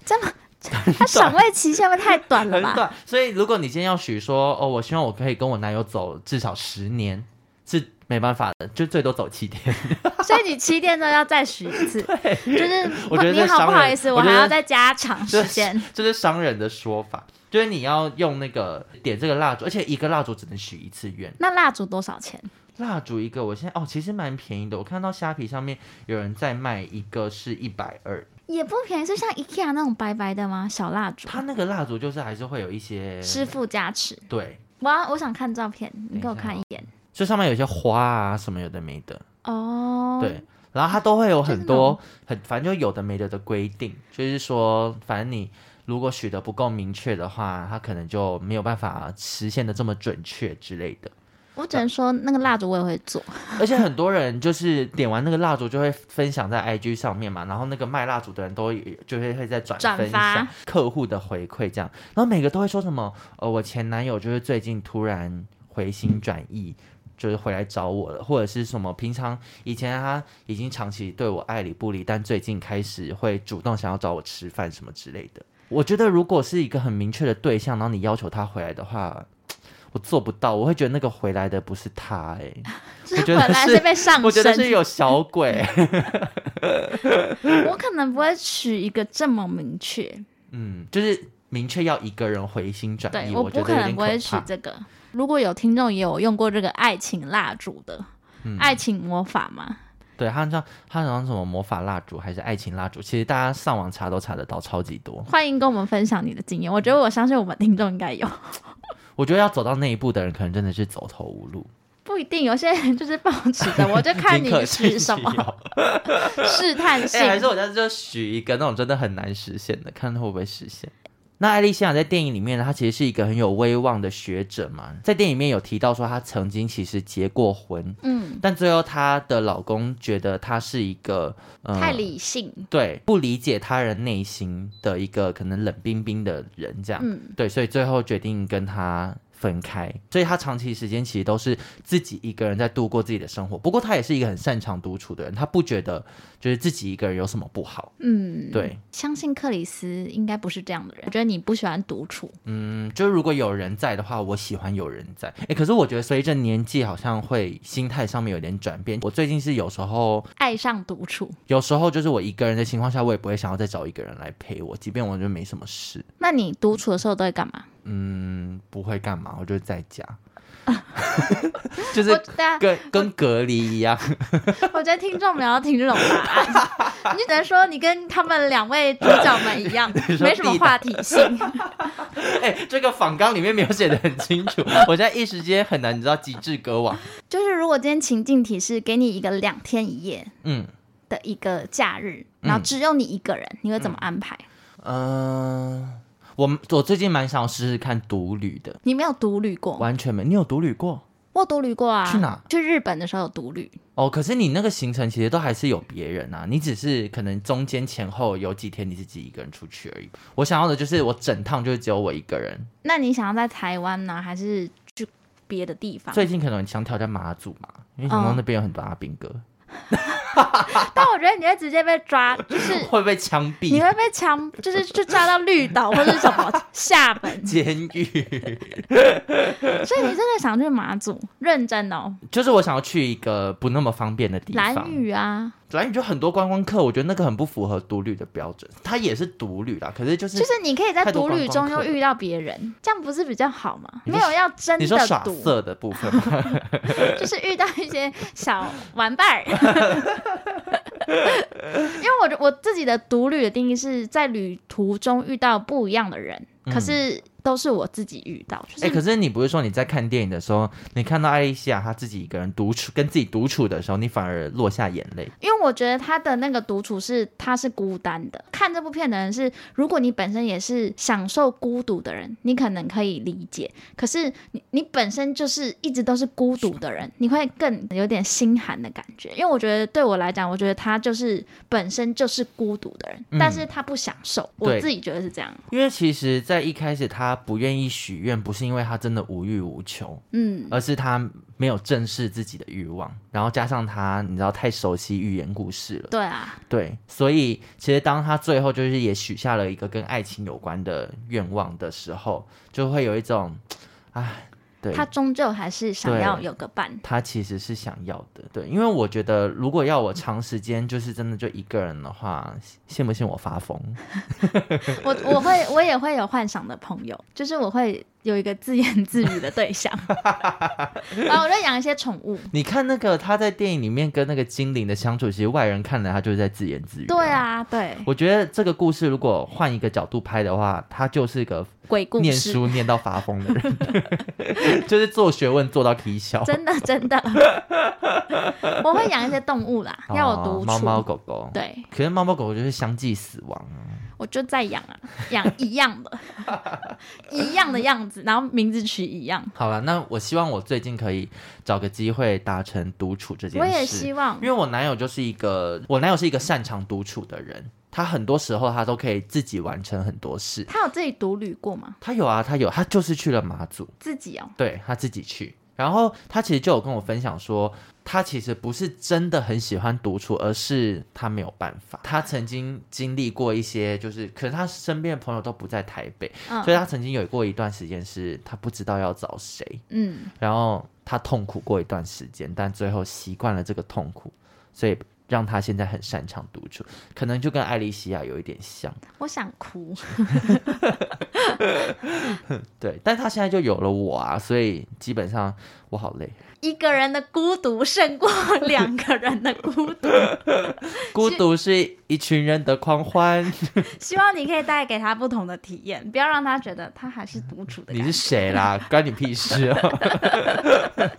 他赏味期限会不会太短了
很
吧？
短。所以如果你今天要许说，哦，我希望我可以跟我男友走至少十年，是没办法的，就最多走七天。
所以你七天都要再许 (laughs) 一次，就是
我觉得
你
这
好
商
不好
人
意思，
我
我
觉
还要
得
再加长时
这
间
是。这是商人的说法，就是你要用那个点这个蜡烛，而且一个蜡烛只能许一次愿。
那蜡烛多少钱？
蜡烛一个，我现在哦，其实蛮便宜的。我看到虾皮上面有人在卖一个是一百二，
也不便宜，是像 IKEA 那种白白的吗？小蜡烛，
它那个蜡烛就是还是会有一些
师傅加持。
对，
我要我想看照片，你给我
等一下
看一
哦
眼。
就上面有一些花啊什么有的没的，
哦，
对。然后它都会有很多
就
很反正就有的没的的规定，就是说反正你如果许的不够明确的话，它可能就没有办法实现的这么准确之类的。
我只能说那个蜡烛我也会做。
(laughs) 而且很多人就是点完那个蜡烛就会分享在 IG 上面嘛，然后那个卖蜡烛的人都有就会会在转
转
分
发
享客户的回馈这样，然后每个都会说什么呃我前男友就是最近突然回心转意。就是回来找我了，或者是什么？平常以前啊他已经长期对我爱理不理，但最近开始会主动想要找我吃饭什么之类的。我觉得如果是一个很明确的对象，然后你要求他回来的话，我做不到，我会觉得那个回来的不是他、欸，
(laughs) 这
觉得
本来
是
是被上
我觉得是
身，
有小鬼。
我可能不会取一个这么明确，
(laughs) 嗯，就是明确要一个人回心转
对
意，
我
觉
不
得有
能
点
不
可
会取
怕。
这个。如果有听众也有用过这个爱情蜡烛的，
嗯
爱情魔法嘛，
对，他像他好像什么魔法蜡烛还是爱情蜡烛，其实大家上网查都查得到，超级多。
欢迎跟我们分享你的经验。我觉得我相信我们听众应该有，
我觉得要走到那一步的人，可能真的是走投无路。
不一定有些人就是抱持着，我就看
(laughs)
你
宁可信
是什
其
么
有
试探性
(laughs) 哎、。还是我下次就许一个那种真的很难实现的，看会不会实现。那艾莉西亚在电影里面呢，她其实是一个很有威望的学者嘛，在电影里面有提到说，她曾经其实结过婚，
嗯，
但最后她的老公觉得她是一个、呃、
太理性。
对，不理解他人内心的一个可能冷冰冰的人，这样、
嗯，
对，所以最后决定跟他分开。所以他长期时间其实都是自己一个人在度过自己的生活。不过他也是一个很擅长独处的人，他不觉得就是自己一个人有什么不好。
嗯，
对，
相信克里斯应该不是这样的人。我觉得你不喜欢独处，
嗯，就是如果有人在的话，我喜欢有人在。哎，可是我觉得随着年纪，好像会心态上面有点转变。我最近是有时候
爱上独处，
有时候就是我一个人的情况下，我也不会想要再找一个人来陪我，即便我就没什么事。
那你独处的时候都会干嘛？
嗯，不会干嘛，我就在家，就是
我大家，
跟跟隔离一样。
我觉得听众们要听这种答案，
(laughs)
你就只能说你跟他们两位主角们一样，
说
没什么
地道
话题性。
哎、这个访纲里面没有写的很清楚，我现在一时间很难，你知道极致歌王。
就是如果今天情境题是给你一个两天一夜
嗯
的一个假日，
嗯
然后只有你一个人，你会怎么安排？
嗯、呃我我最近蛮想试试看独旅的，
你没有独旅过，
完全没。你有独旅过？
我有独旅过啊。
去哪？
去日本的时候有独旅，
哦，可是你那个行程其实都还是有别人啊，你只是可能中间前后有几天你自己一个人出去而已。我想要的就是我整趟就是只有我一个人。
那你想要在台湾呢，还是去别的地方？
最近可能想挑战马祖嘛，因为想到
嗯
那边有很多阿兵哥。
但我觉得你会直接被抓，
(laughs)
就是
会被枪
你
毙
会被强，就是去抓到绿岛或者是什么厦门。
(laughs) 监狱。 (laughs)
所以你真的想去马祖，认真哦，
就是我想要去一个不那么方便的地方。
蓝，屿啊，
蓝屿就很多观光客，我觉得那个很不符合独旅的标准。它也是独旅啦，可是就是、
就是你可以在
太多
独旅中
观
又
光客
遇到别人，这样不是比较好吗？
你
没
说
有要真
你说
的
耍
赌，
色的部分吗，
就是遇到一些小玩伴儿。 (laughs) 因为
嗯
我我自己的独旅的定义是在旅途中遇到不一样的人，可是都是我自己遇到，就
哎、可
是
是你不是说你在看电影的时候，你看到艾丽西亚她自己一个人独处，跟自己独处的时候，你反而落下眼泪。
因为我觉得他的那个独处是他是孤单的。看这部片的人是，如果你本身也是享受孤独的人，你可能可以理解。可是你你本身就是一直都是孤独的人，你会更有点心寒的感觉。因为我觉得对我来讲，我觉得他就是本身就是孤独的人，
嗯
但是他不享受。我
对
自己觉得是这样。
因为其实，在一开始她不愿意许愿，不是因为她真的无欲无求，
嗯，
而是她没有正视自己的欲望，然后加上她，你知道太熟悉寓言故事了，
对啊，
对，所以其实当她最后就是也许下了一个跟爱情有关的愿望的时候，就会有一种，唉，对，
他终究还是想
对
要有个伴。
他其实是想要的，对，因为我觉得如果要我长时间就是真的就一个人的话，信不信我发疯？ (laughs)
我我会我也会有幻想的朋友，就是我会有一个自言自语的对
(laughs)
象，然后我就养一些宠物。
你看那个他在电影里面跟那个精灵的相处，其实外人看了他就是在自言自语。
对，啊，对，
我觉得这个故事如果换一个角度拍的话，他就是个
鬼故
念
事，
书念到发疯的人，
(laughs)
(laughs) 就是做学问做到啼笑。
真的真
(laughs)
的，我会养一些动物啦，要我独
哦
处。
猫猫狗狗，
对，
可是猫猫狗狗就是相继死亡啊。
我就在养啊，养一样的， (laughs) 一样的样子，然后名字取一样。
好了，那我希望我最近可以找个机会达成独处这件事。
我也希望
因为我男友就是一个，我男友是一个擅长独处的人，他很多时候他都可以自己完成很多事。
他有自己独旅过吗？
他有啊，他有，他就是去了马祖，
自己哦，
对他自己去。然后他其实就有跟我分享说，他其实不是真的很喜欢独处，而是他没有办法。他曾经经历过一些，就是可是他身边的朋友都不在台北，所以
嗯
他曾经有过一段时间是他不知道要找谁。
嗯，
然后他痛苦过一段时间，但最后习惯了这个痛苦，所以让他现在很擅长独处，可能就跟艾莉西亚有一点像，
我想哭。
对。但他现在就有了我啊，所以基本上我好累，
一个人的孤独胜过两个人的孤独。
孤独是一群人的狂欢。
希望你可以带给他不同的体验，不要让他觉得他还是独处的
嗯你
感
是
觉。
谁啦？关你屁事哦。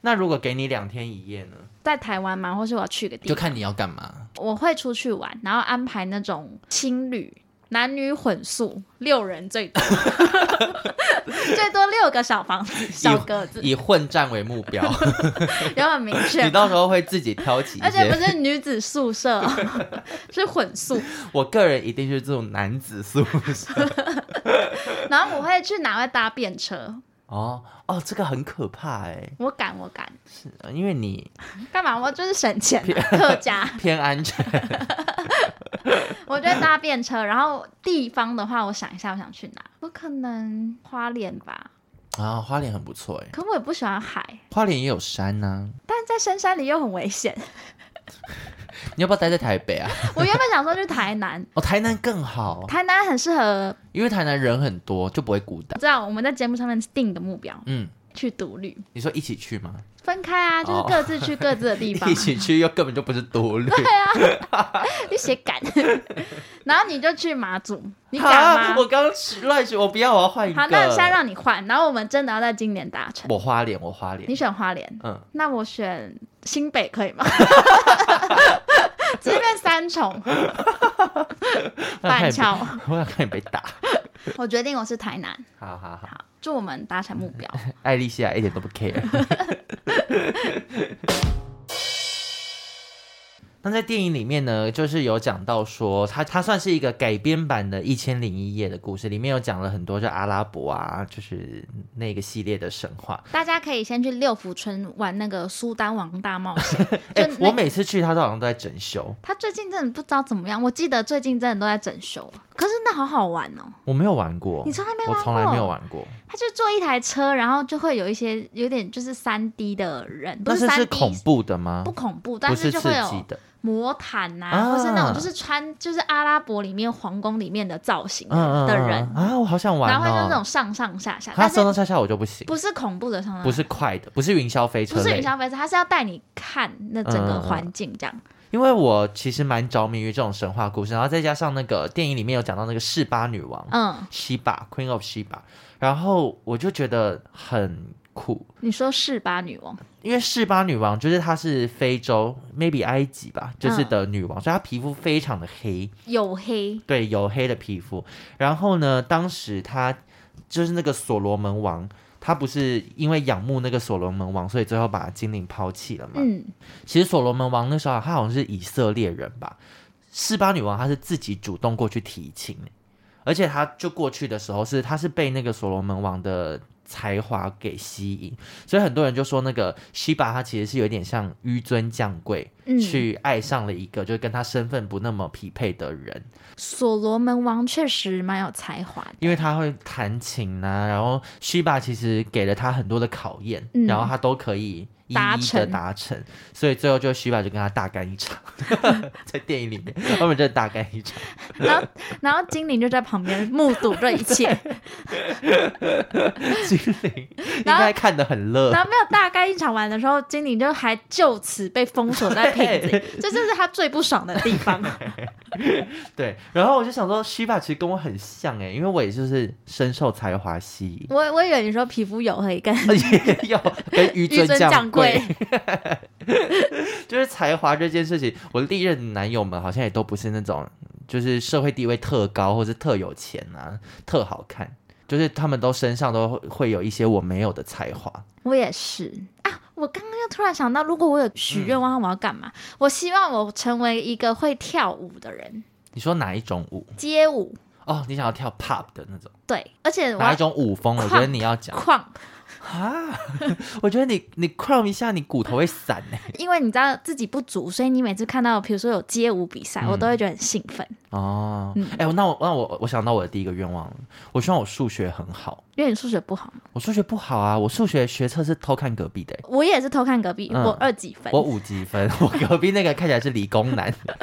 那如果给你两天一夜呢？
在台湾嘛，或是我要去个地
就
方，
看你要干嘛。
我会出去玩，然后安排那种青旅。男女混宿，六人最
(laughs)
多，最多六个小房子、小格子，
以混战为目
(laughs)
标，
有很明
你
确。
到时候会自己挑起一
啊而且不
些。
是女子宿舍 (laughs) 哦，是混宿。
我个人一定是这种男子宿舍。
然后我会去哪会搭便车，
哦哦，这个很可怕哎、
我敢，我敢。
呃因为你
干嘛？我就是省钱啊、
(laughs)
客家。
偏
(laughs)
安全，
我觉得搭便车，然后地方的话，我想一下，我想去哪？我可能花莲吧，
啊，花莲很不错哎、
可我也不喜欢海，
花莲也有山啊呐、
但在深山里又很危险。 (laughs)
你要不要待在台北啊？
我原本想说去台南，
哦，台南更好，
台南很适合，
因为台南人很多，就不会孤
你
单。
知道我们在节目上面定一个目标，
嗯，
去独旅，
你说一起去吗？
分开啊，就是
哦
各自去各自的
(laughs)
地方
一。起去又根本就不是独旅。
你写感， (laughs) 然后你就去马祖， (laughs) 你敢
啊
吗？
我刚刚乱说，我不要，我要换一个。
好，那现在让你换，然后我们真的要在今年达成。
我花莲，我花
你
莲。
选花莲，
嗯，
那我选新北可以
(laughs)
吗？直接变三重， (laughs) 板桥。
我想看你被打。
我决定我是台南，
好好好，
好，祝我们达成目标。
艾丽啊西亚一点都不 care。那在电影里面呢，就是有讲到说，它它算是一个改编版的《一千零一夜》的故事，里面有讲了很多就阿拉伯啊，就是那个系列的神话。。
大家可以先去六福村玩那个苏丹王大冒险
(laughs) 哎、
就那
我每次去它都好像都在整修，
他最近真的不知道怎么样，我记得最近真的都在整修，可是那好好玩哦。
我没有玩过，
你从来没
我
玩
从来没有
过
玩过。
他就坐一台车，然后就会有一些有点就是三 D 的人，不
但是
三
是
D
恐怖的吗？
不恐怖，
不
但
是
就
刺
会
激
有
的，
魔毯呐、
啊
或是那种就是穿就是阿拉伯里面皇宫里面的造型的,、
嗯嗯嗯
人，
啊，我好想玩
然后会就那
哦。
种上上下下，
它
但
上
是
上下下我就不行，
不是恐怖的上上下下，
不是快的，不是云霄飞车
不是
类嗯
云
的。
霄飞车，他是要带你看那整个环境这样。
因为我其实蛮着迷于这种神话故事，然后再加上那个电影里面有讲到那个示巴女王，
嗯，
西巴 Queen of 西巴，然后我就觉得很酷，
你说是吧，女王？
因为示巴女王就是她是非洲 maybe 埃及吧，就是
嗯
的女王，所以她皮肤非常的黑，
黝黑，
对，黝黑的皮肤。然后呢，当时她就是那个所罗门王。他不是因为仰慕那个所罗门王，所以最后把精灵抛弃了嘛？
嗯，
其实所罗门王那时候啊他好像是以色列人吧，示巴女王她是自己主动过去提亲，欸而且她就过去的时候是她是被那个所罗门王的才华给吸引，所以很多人就说那个西巴她其实是有点像纡尊降贵，
嗯
去爱上了一个就是跟她身份不那么匹配的人，
所罗门王确实蛮有才华的，
因为他会弹琴呐、然后西巴其实给了他很多的考验，
嗯
然后他都可以一一
达
的
成
达成，所以最后就西巴就跟他大干一
(laughs)
场，在电影里面，他们真的大干一场。
然
(laughs)
后然后精灵就在旁边目睹这一切，
精灵应
然后
该看得很乐
然，后没有大概一场完的时候，精灵就还就此被封锁在瓶子
(laughs)
里，这就是他最不爽的地方。
对。然后我就想说，西巴其实跟我很像哎、因为我也就是深受才华吸
(laughs)
引。
我我以为你说皮肤黝黑跟
也有跟
纡
纡尊
尊
降
降
贵
贵，
就是才华这件事情，我历任的男友们好像也都不是那种，就是社会地位特高，或是特有钱啊，特好看，就是他们都身上都会会有一些我没有的才华。
我也是啊！我刚刚又突然想到，如果我有许愿的话，我要干嘛？我希望我成为一个会跳舞的人，
你说哪一种舞？
街舞。
哦，你想要跳 pop 的那种，
对，而且我
哪一
要
种舞风？我觉得你
(laughs)
要讲
框，
啊， (laughs) 我觉得你你 crumb 一下，你骨头会散欸
(laughs)
呢、
因为你知道自己不足，所以你每次看到比如说有街舞比
嗯
赛，我都会觉得很兴奋，
哦，哎、我那我那我我想到我的第一个愿望了，我希望我数学很好。
因为你数学不好嘛，
我数学不好啊，我数学学测是偷看隔壁的欸、
我也是偷看隔壁，
嗯
我二几分，
我五级分， (laughs) 我隔壁那个看起来是理工男， (laughs)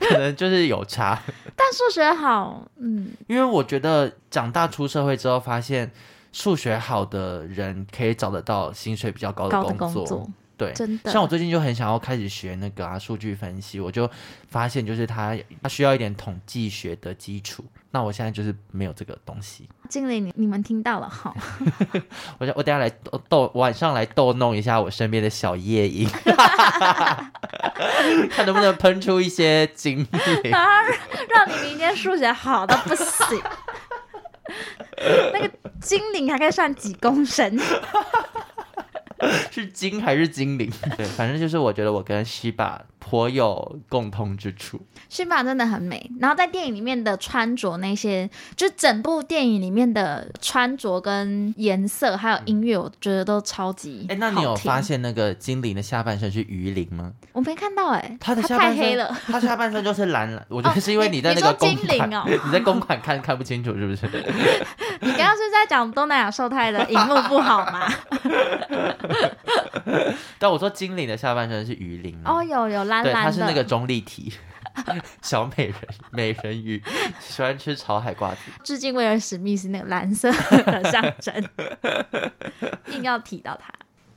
可能就是有差。
但数学好，嗯，
因为我觉得长大出社会之后，发现数学好的人可以找得到薪水比较高
高
的
的
工
工
作。
作
对，
真的
像我最近就很想要开始学那个啊数据分析，我就发现就是它它需要一点统计学的基础。那我现在就是没有这个东西，
经理你你们听到了哈，
我想我等一下来逗逗晚上来逗弄一下我身边的小
(laughs)
夜莺，看能不能喷出一些精力。
然后 (laughs) 让你明天数学好到不
(laughs)
行。那个精灵还可以算几公升？
是精还是精灵？对，反正就是我觉得我跟西巴颇有共通之处。
驯马真的很美，然后在电影里面的穿着那些，就是整部电影里面的穿着跟颜色，还有音乐，我觉得都超级。
哎、那你有发？现那个精灵的下半身是鱼鳞吗？
我没看到哎、
它的下
太
半身
黑了。，
它下半身就是
(laughs)
蓝蓝。我觉得
哦
是因为
你
在那
你
个
说
公
精
款， (laughs)
灵哦
你在公款看看不清楚是不是？
你刚刚是在讲东南亚受胎的荧幕不好
(laughs)
吗？
但我说精灵的下半身是鱼鳞啊
哦，有有蓝
对，
蓝
它
的。
是那个中立体。 (laughs) 小美人美人鱼喜欢吃炒海瓜子，
致敬威尔史密斯那个蓝色的象征， (laughs) 硬要提到它。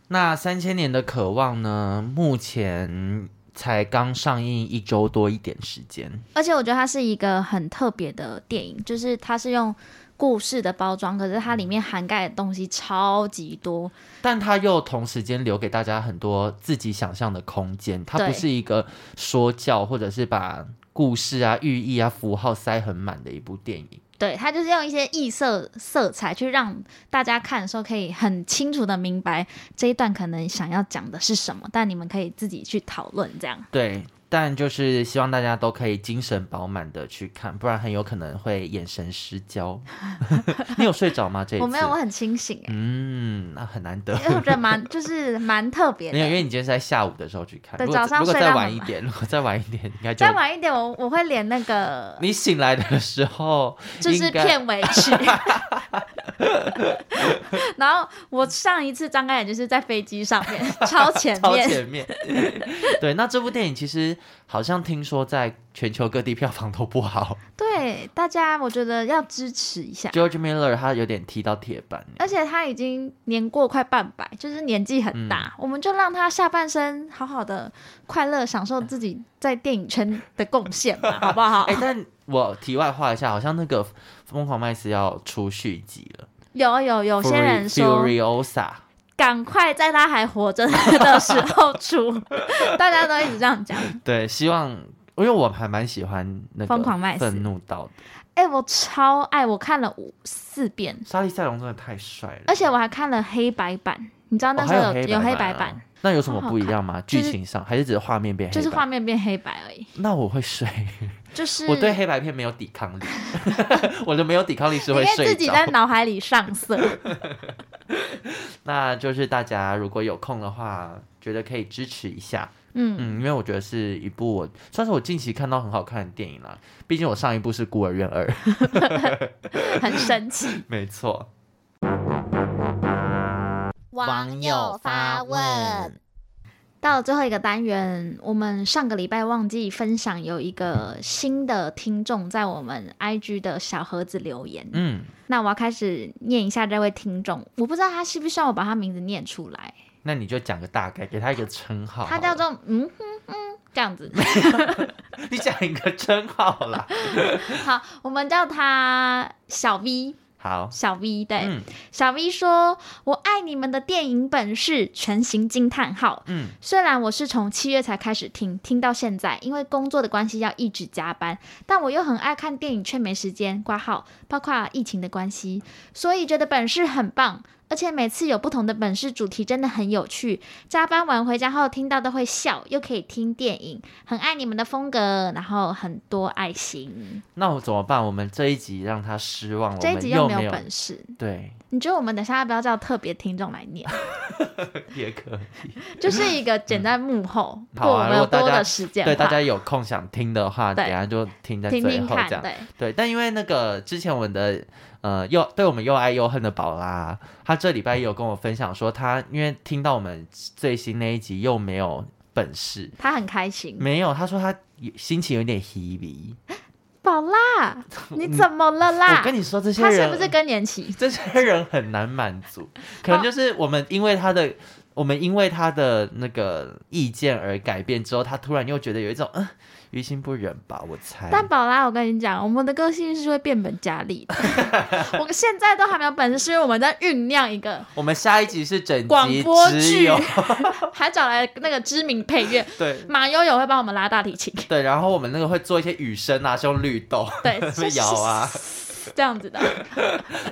那三千年的渴望呢？目前才刚上映一周多一点时间，
而且我觉得它是一个很特别的电影，就是它是用故事的包装，可是它里面涵盖的东西超级多。
但它又同时间留给大家很多自己想象的空间。它
对
不是一个说教，或者是把故事啊、寓意啊、符号塞很满的一部电影。
对，它就是用一些异色色彩去让大家看的时候可以很清楚的明白这一段可能想要讲的是什么，但你们可以自己去讨论这样。
对，但就是希望大家都可以精神饱满的去看，不然很有可能会眼神失焦。 (laughs) 你有睡着吗？这一次
我没有，我很清醒哎、
(laughs) 嗯，那很难得。
因为我觉得蛮就是蛮特别
没有，因
的。
为你今天是在下午的时候去看，
对
如果
早上
如果
睡
再
到
晚
很
一
晚
点，如果再晚一点，应
(laughs)
该就
再晚一点我，我会连那个
你醒来的时候
就是
(laughs) 应该
片尾曲，然后我上一次张开眼就是在飞机上面，超前
超
面，
前面。 (laughs) 对，那这部电影其实好像听说在全球各地票房都
(laughs)
不好。
对大家，我觉得要支持一下。
George Miller 他有点踢到铁板，
而且他已经年过快半百，就是年纪很
嗯
大，我们就让他下半生好好的快乐享受自己在电影圈的贡献
(laughs)
吧，好不好
哎、？但我题外话一下，好像那个《疯狂麦斯》要出续集了。
有有有些哦人说，
Furiosa，
赶快在他还活着的时候出， (laughs) 大家都一直这样讲。
对，希望，因为我还蛮喜欢那个
疯狂麦斯
愤怒到的
哎、我超爱，我看了五四遍，
沙利塞隆真的太帅了，
而且我还看了黑白版，你知道
哦
那时
还
候有、
有
有黑白
白
版
啊，。那有什么
好好
不一样吗？剧
就是
情上还是只是画面变黑白？
就是画面变黑白而已。
那我会睡，
就是
我对黑白片没有抵抗
(laughs)
力，我的没有抵抗力是
你
会
可以
睡
自己在
着。
脑海里上色。
那就是大家如果有空的话，觉得可以支持一下，
嗯，
嗯，因为我觉得是一部我算是我近期看到很好看的电影啦。毕竟我上一部是《孤儿院二》， (laughs)
很神奇。
没错。
网友发问，
到最后一个单元，我们上个礼拜忘记分享有一个新的听众在我们 IG 的小盒子留言。
嗯，
那我要开始念一下这位听众，我不知道他需不需要我把他名字念出来，
那你就讲个大概，给他一个称号好了。
他叫做嗯哼嗯这样子。
你讲一个称号啦。
好，我们叫他小 V，
好，
小 V 对。
嗯
小 V 说：“我爱你们的电影本是全行惊叹号。
嗯，
虽然我是从七月才开始听，听到现在，因为工作的关系要一直加班，但我又很爱看电影，却没时间挂号，包括疫情的关系，所以觉得本事很棒。”而且每次有不同的本事主题，真的很有趣。加班完回家后听到都会笑，又可以听电影，很爱你们的风格，然后很多爱心。
那我怎么办？我们这一集让他失望，
这
我
一
们
集
又
又
没
没
有
有本事，
对，
你觉得我们等下要不要叫特别听众来念？ (laughs)
也可以。
就是一个简单幕后，
(laughs) 好
过我
啊
们
如
有
果大
多
家
的时间
对
的话，
大家有空想听的话，
对
等一下就听在最
听
后
听看
这，样。
对，
对，但因为那个之前我们的呃又对我们又爱又恨的宝拉，她这礼拜也有跟我分享说，她因为听到我们最新那一集又没有本事，
他很开心。
没有，她说她心情有点 heavy。
宝
(laughs)
拉，你怎么了啦
我？跟你说，这些
他
人
是不哦是更年期？
这些人很难满足，可能就是我们因为他的，我们因为他的那个意见而改变之后，他突然又觉得有一种嗯于心不忍吧，我猜。
但宝拉，我跟你讲，我们的个性是会变本加厉
(laughs)
的。我现在都还没有本事，是因为我们在酝酿一个，
我们下一集是整
广
集
播
只
剧
有
(laughs)
(laughs)
还找来那个知名配乐，
对
马悠悠会帮我们拉大提琴，
对，然后我们那个会做一些雨声啊，像绿豆 (laughs)
对，
会摇啊。
(laughs) 这样子的。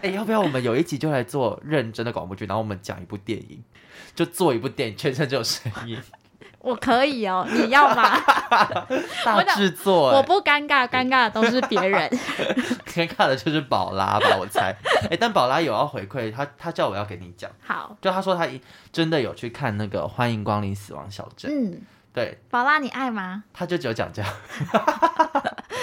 哎、要不要我们有一集就来做认真的广播剧，然后我们讲一部电影，就做一部电影，全程只有声音，
我可以哦，你要吗？
大
我想
制作、欸。
我不尴尬，尴尬的都是别人。
(laughs) 尴尬的就是宝拉吧，我
(laughs)
猜。哎、但宝拉有要回馈，他他叫我要给你讲。
好，
就他说他一真的有去看那个《欢迎光临死亡小镇》
嗯，
对，
宝拉，你爱吗？
他就只有讲这样。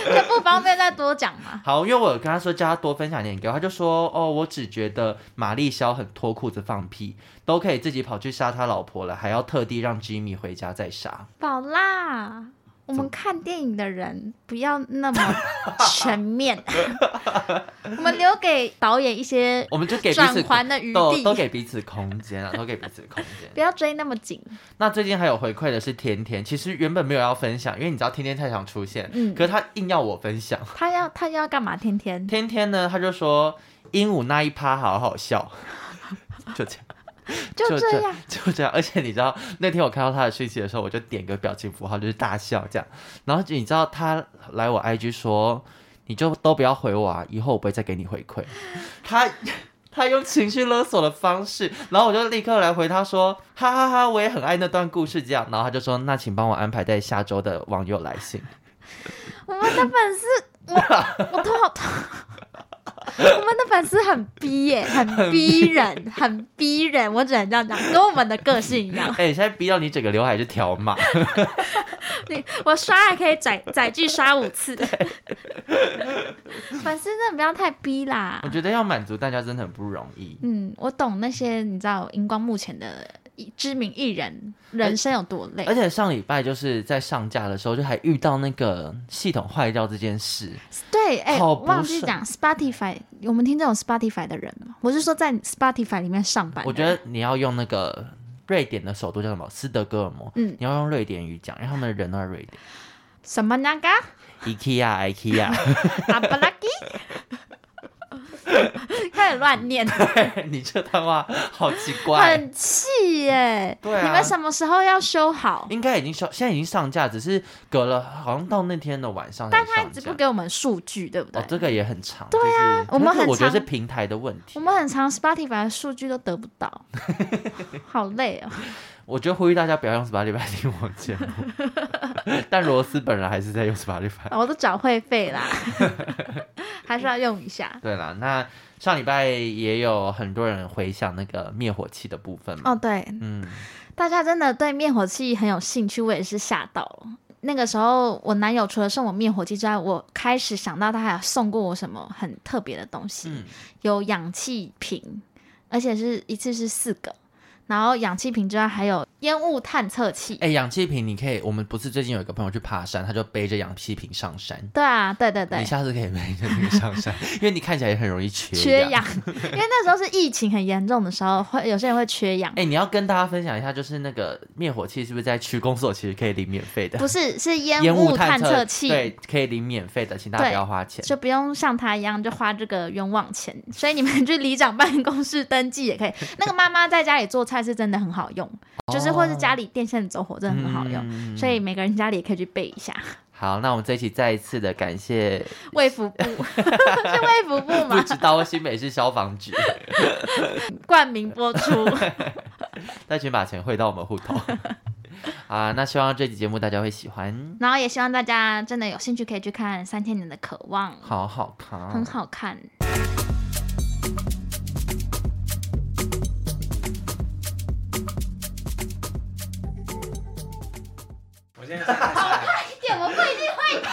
这不方便再多讲嘛。
好，因为我有跟他说叫他多分享点给我，他就说哦，我只觉得玛丽肖很脱裤子放屁，都可以自己跑去杀他老婆了，还要特地让 Jimmy 回家再杀。
宝拉，我们看电影的人不要那么全
(laughs)
面，我们留给导演一些
我们就给彼
转
此啊
圜的余
都都
地，
给彼此空间啊，都给彼此空间。 (laughs)
不要追那么紧。
那最近还有回馈的是甜甜，其实原本没有要分享，因为你知道天天太常出现，
嗯
可是他硬要我分享。
他要他要干嘛？天天
天天呢，他就说鹦鹉那一趴好好笑， (laughs) 就这样。
就这
这
样，
(laughs) 就这样。而且你知道那天我看到他的讯息的时候，我就点个表情符号，就是大笑这样。然后你知道他来我 IG 说，你就都不要回我啊，以后我不会再给你
(laughs)
回馈。他他用情绪勒索的方式，然后我就立刻来回他说，哈哈哈我也很爱那段故事这样。然后他就说，那请帮我安排在下周的网友
(laughs)
来信。
我们的粉丝，我我头好痛。我们的粉丝很逼
(laughs)
耶、很逼人，很逼
(laughs)
人，我只能这样讲，跟我们的个性一样。
哎、现在逼到你整个刘海是条码。
你我刷还可以载载具刷五次。 (laughs) 粉丝真的不要太逼啦
我。觉得要满足大家真的很不容易。
嗯，我懂那些你知道荧光幕前的知名艺人人生有多累
而，且上礼拜就是在上架的时候，就还遇到那个系统坏掉这件事。
对，哎、
好
我
不
忘记
是
讲 Spotify，我们听这种 Spotify 的人吗？我是说在 Spotify 里面上班的人，
我觉得你要用那个瑞典的首都叫什么？斯德哥尔摩。
嗯
你要用瑞典语讲，因为他们的人都在瑞典。
(laughs) 什么那个 (laughs)
IKEA IKEA，
阿巴拉基， (laughs) 开始乱念，
你这段话好奇 (laughs) 怪。
很气耶、
对啊
你们什么时候要修好？
应该已经上，现在已经上架，只是隔了好像到那天的晚上才
但
上架。
他一直不给我们数据，对不对？
哦，这个也很长。对啊，
我们
那个
很
我觉得
常
是平台的问题。
我们很长 Spotify 的数据都得不
(laughs)
到，好累哦。
我觉得呼吁大家不要用 Spotify 听我节目，
(laughs)
但罗斯本人还是在用 Spotify。
哦我都找会费
(laughs)
啦，还是要用一下。
对啦，那上礼拜也有很多人回想那个灭火器的部分嘛。
哦，对，
嗯，
大家真的对灭火器很有兴趣，我也是吓到了。那个时候，我男友除了送我灭火器之外，我开始想到他还送过我什么很特别的东西，
嗯
有氧气瓶，而且是一次是四个，然后氧气瓶之外还有烟雾探测器。
哎、氧气瓶你可以，我们不是最近有一个朋友去爬山，他就背着氧气瓶上山。
对啊，对对对
你，下次可以背着那个
(laughs)
上山，因为你看起来也很容易缺
缺
氧。
氧，
(laughs)
因为那时候是疫情很严重的时候，会有些人会缺氧。
哎、你要跟大家分享一下，就是那个灭火器是不是在区公所其实可以领免费的？
不是，是烟
烟雾
雾探测
测
器，
对，可以领免费的，请大家
对
不要花钱。
就不用像他一样就花这个冤枉钱。所以你们去里长办公室登记也
(laughs)
可以。那个妈妈在家里做菜是真的很好用，就是或是家里电线走火真的很好用。
哦嗯
所以每个人家里也可以去备一下，
好，那我们这一期再一次的
(laughs)
感谢，
卫福
(laughs)
部是卫福部
不
嘛，
知道新北市消防局，
冠名播出。
再请把钱汇到我们户
(laughs)
头。啊，那希望这期节目大家会喜欢，
然后也希望大家真的有兴趣可以去看《三千年的渴望》，
好好看哦，
很好看。
我现
(laughs)
在
怎么不一定会剪？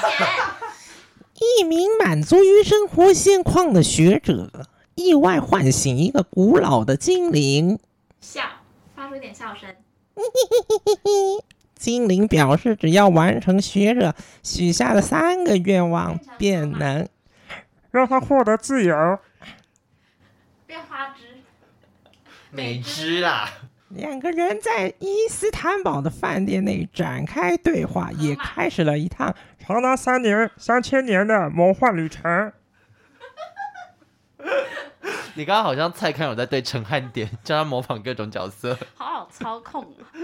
一名满足于生活现况的学者，意外唤醒一个古老的精灵。
笑，发出一点笑声。
(laughs) 精灵表示，只要完成学者许下的三个愿望，便能
让他获得自由。
变花枝，
美知啦，
两个人在伊斯坦堡的饭店内展开对话，也开始了一趟
长达三年、三千年的魔幻旅程。
你刚刚好像蔡康永在对陈汉典，叫他模仿各种角色，
好好操控啊！